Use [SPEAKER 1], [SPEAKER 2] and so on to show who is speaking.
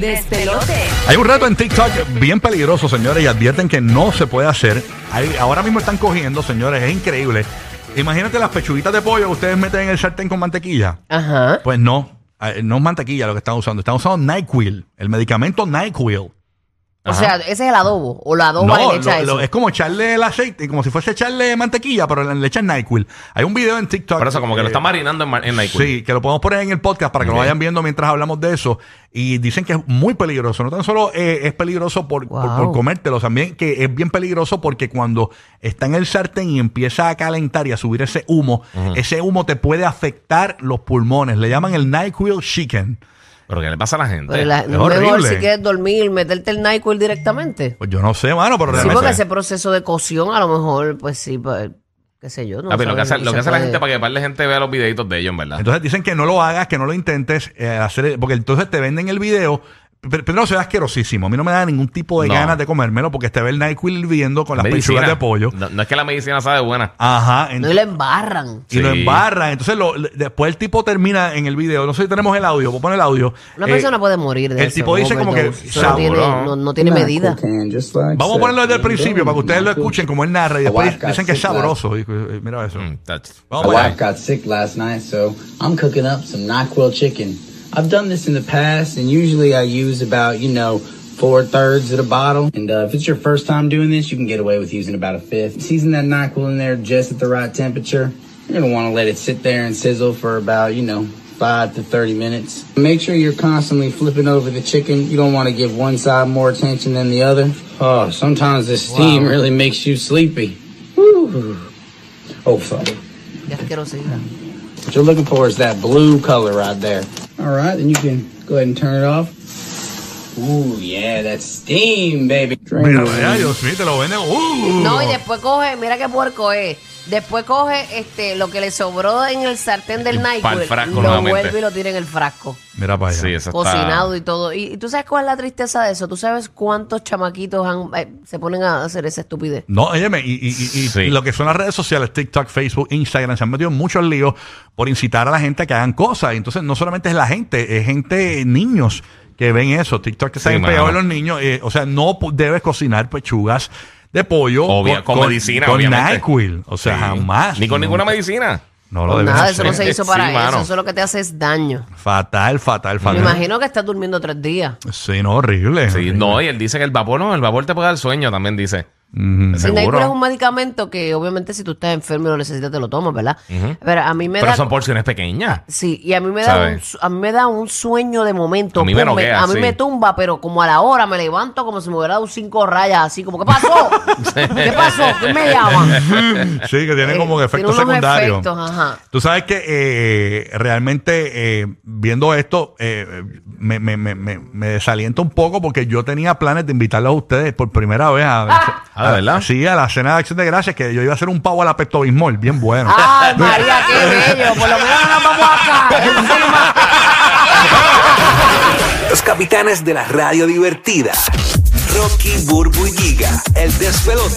[SPEAKER 1] despelote.
[SPEAKER 2] Hay un reto en TikTok bien peligroso, señores, y advierten que no se puede hacer. Hay- ahora mismo están cogiendo, señores, es increíble. Imagínate las pechuguitas de pollo que ustedes meten en el sartén con mantequilla.
[SPEAKER 1] Ajá.
[SPEAKER 2] Pues no, eh, no es mantequilla lo que están usando, están usando NyQuil, el medicamento NyQuil.
[SPEAKER 1] O sea, ese es el adobo. O la adoba
[SPEAKER 2] No,
[SPEAKER 1] Oh, le echa
[SPEAKER 2] lo-
[SPEAKER 1] eso.
[SPEAKER 2] lo- es como echarle el aceite, como si fuese echarle mantequilla, pero le, le echan NyQuil. Hay un video en TikTok.
[SPEAKER 3] Por eso, como que lo
[SPEAKER 2] eh,
[SPEAKER 3] está marinando en, ma- en NyQuil.
[SPEAKER 2] Sí, que lo podemos poner en el podcast para que lo
[SPEAKER 3] Ok.
[SPEAKER 2] vayan viendo mientras hablamos de eso. Y dicen que es muy peligroso. No tan solo eh, es peligroso por, por-
[SPEAKER 1] Wow.
[SPEAKER 2] por comértelo, también que es bien peligroso porque cuando está en el sartén y empieza a calentar y a subir ese humo, ese humo te puede afectar los pulmones. Le llaman el NyQuil Chicken.
[SPEAKER 3] Pero ¿qué le pasa a la gente?
[SPEAKER 1] Pero la-
[SPEAKER 2] es
[SPEAKER 1] mejor
[SPEAKER 2] horrible.
[SPEAKER 1] si quieres dormir, meterte el NyQuil directamente.
[SPEAKER 2] Pues yo no sé, mano, pero
[SPEAKER 1] Sí,
[SPEAKER 2] realmente...
[SPEAKER 1] porque
[SPEAKER 3] sé.
[SPEAKER 1] ese proceso de cocción, a lo mejor, pues sí, pues, qué sé yo. No pues.
[SPEAKER 3] Ah, pero lo que hace,
[SPEAKER 1] sabes, no
[SPEAKER 3] lo que
[SPEAKER 1] se
[SPEAKER 3] hace la
[SPEAKER 1] puede.
[SPEAKER 3] gente para que par de gente vea los videitos de ellos, en verdad.
[SPEAKER 2] Entonces dicen que no lo hagas, que no lo intentes eh, hacer, porque entonces te venden el video. Pero primero se ve asquerosísimo. A mí no me da ningún tipo de
[SPEAKER 3] No.
[SPEAKER 2] ganas de comérmelo porque te ve el NyQuil hirviendo con las
[SPEAKER 3] Medicina.
[SPEAKER 2] pechugas de pollo.
[SPEAKER 3] No, no es que la medicina sabe buena.
[SPEAKER 2] Ajá. ent-
[SPEAKER 1] No y la embarran.
[SPEAKER 2] y lo
[SPEAKER 3] Sí.
[SPEAKER 2] embarran. Entonces lo- le- después el tipo termina en el video. No sé si tenemos el audio. Voy a poner el audio.
[SPEAKER 1] Una
[SPEAKER 2] Eh,
[SPEAKER 1] persona puede morir de
[SPEAKER 2] el
[SPEAKER 1] eso,
[SPEAKER 2] tipo dice como que
[SPEAKER 1] overdose. Eso no tiene,
[SPEAKER 3] sabrón.
[SPEAKER 1] no, no tiene medida.
[SPEAKER 2] Vamos a ponerlo desde el principio para que ustedes lo escuchen como él narra y después
[SPEAKER 4] Aguaca,
[SPEAKER 2] dicen que es
[SPEAKER 4] sí, claro.
[SPEAKER 2] sabroso. Y- y- Mira eso.
[SPEAKER 3] Mm, that's-
[SPEAKER 2] Vamos
[SPEAKER 4] My
[SPEAKER 2] para
[SPEAKER 4] wife
[SPEAKER 2] allá.
[SPEAKER 4] got sick last night, so I'm cooking up some NyQuil chicken. I've done this in the past, and usually I use about, you know, four thirds of the bottle. And uh, if it's your first time doing this, you can get away with using about a fifth. Season that NyQuil in there just at the right temperature. You're gonna wanna let it sit there and sizzle for about, you know, five to 30 minutes. Make sure you're constantly flipping over the chicken. You don't wanna give one side more attention than the other. Oh, sometimes this steam really makes you sleepy. Woo. Oh, fuck.
[SPEAKER 1] Qué asquerosidad.
[SPEAKER 4] What you're looking for is that blue color right there. All right, then you can go ahead and turn it off. Ooh, yeah, that's steam, baby. Drain
[SPEAKER 2] Mira,
[SPEAKER 4] away.
[SPEAKER 2] vaya, Dios mío, te lo venden. ¡Uh!
[SPEAKER 1] No, y después coge, mira qué puerco es. Después coge este lo que le sobró en el sartén del
[SPEAKER 3] Y pa'l
[SPEAKER 1] NyQuil,
[SPEAKER 3] frasco
[SPEAKER 1] lo
[SPEAKER 3] nuevamente.
[SPEAKER 1] vuelve y lo tira en el frasco.
[SPEAKER 2] Mira para allá.
[SPEAKER 3] Sí, eso está-
[SPEAKER 1] cocinado y todo. Y, y tú sabes cuál es la tristeza de eso. Tú sabes cuántos chamaquitos han- eh, se ponen a hacer esa estupidez.
[SPEAKER 2] No, óyeme, y, y- y- y
[SPEAKER 3] Sí.
[SPEAKER 2] lo que son las redes sociales, TikTok, Facebook, Instagram, se han metido en muchos líos por incitar a la gente a que hagan cosas. Entonces, no solamente es la gente, es gente, eh, niños que ven eso. TikTok que se
[SPEAKER 3] Sí,
[SPEAKER 2] ha pegado en
[SPEAKER 3] mano.
[SPEAKER 2] los niños. eh, o sea, no pu- debes cocinar pechugas de pollo
[SPEAKER 3] Obvia- con medicina,
[SPEAKER 2] con
[SPEAKER 3] obviamente.
[SPEAKER 2] NyQuil. O sea,
[SPEAKER 3] Sí.
[SPEAKER 2] jamás.
[SPEAKER 3] Ni con
[SPEAKER 2] No,
[SPEAKER 3] ninguna medicina.
[SPEAKER 2] No lo debes
[SPEAKER 1] Nada, eso
[SPEAKER 2] hacer.
[SPEAKER 1] no se hizo
[SPEAKER 3] Sí,
[SPEAKER 1] para eso.
[SPEAKER 3] mano.
[SPEAKER 1] Eso lo que te hace es daño.
[SPEAKER 2] Fatal, fatal,
[SPEAKER 1] Me
[SPEAKER 2] fatal.
[SPEAKER 1] imagino que estás durmiendo tres días.
[SPEAKER 2] Sí, no, horrible.
[SPEAKER 3] Sí,
[SPEAKER 2] horrible.
[SPEAKER 3] no, y él dice que el vapor no, el vapor te puede dar sueño también, dice.
[SPEAKER 2] Ujú.
[SPEAKER 1] El NyQuil es
[SPEAKER 3] Seguro.
[SPEAKER 1] un medicamento que obviamente si tú estás enfermo y lo necesitas te lo tomas, ¿verdad? Pero a mí me
[SPEAKER 3] Pero
[SPEAKER 1] da...
[SPEAKER 3] son porciones pequeñas.
[SPEAKER 1] Sí, y a mí me da
[SPEAKER 3] ¿Sabe?
[SPEAKER 1] un, su- a mí me da un sueño de momento.
[SPEAKER 3] A mí me
[SPEAKER 1] pum,
[SPEAKER 3] noquea,
[SPEAKER 1] a mí
[SPEAKER 3] sí.
[SPEAKER 1] me tumba, pero como a la hora me levanto como si me hubiera dado cinco rayas, así como, ¿qué pasó? ¿Qué pasó? ¿Quién me llama?
[SPEAKER 2] Sí, que tiene como que
[SPEAKER 1] Eh,
[SPEAKER 2] efectos
[SPEAKER 1] tiene unos
[SPEAKER 2] secundarios.
[SPEAKER 1] efectos, ajá.
[SPEAKER 2] Tú sabes que eh, realmente eh, viendo esto eh, me, me, me, me, me desalienta un poco porque yo tenía planes de invitarlos a ustedes por primera vez a,
[SPEAKER 3] Ah, ¿de verdad?
[SPEAKER 2] Sí, a la cena de Acción de Gracias que yo iba a hacer un pavo a la Pepto Bismol, bien bueno.
[SPEAKER 1] Ay, Ah, María, qué bello. Por lo menos nos vamos acá. Encima.
[SPEAKER 5] Los capitanes de la radio divertida. Rocky, Burbu y Giga. El despelote.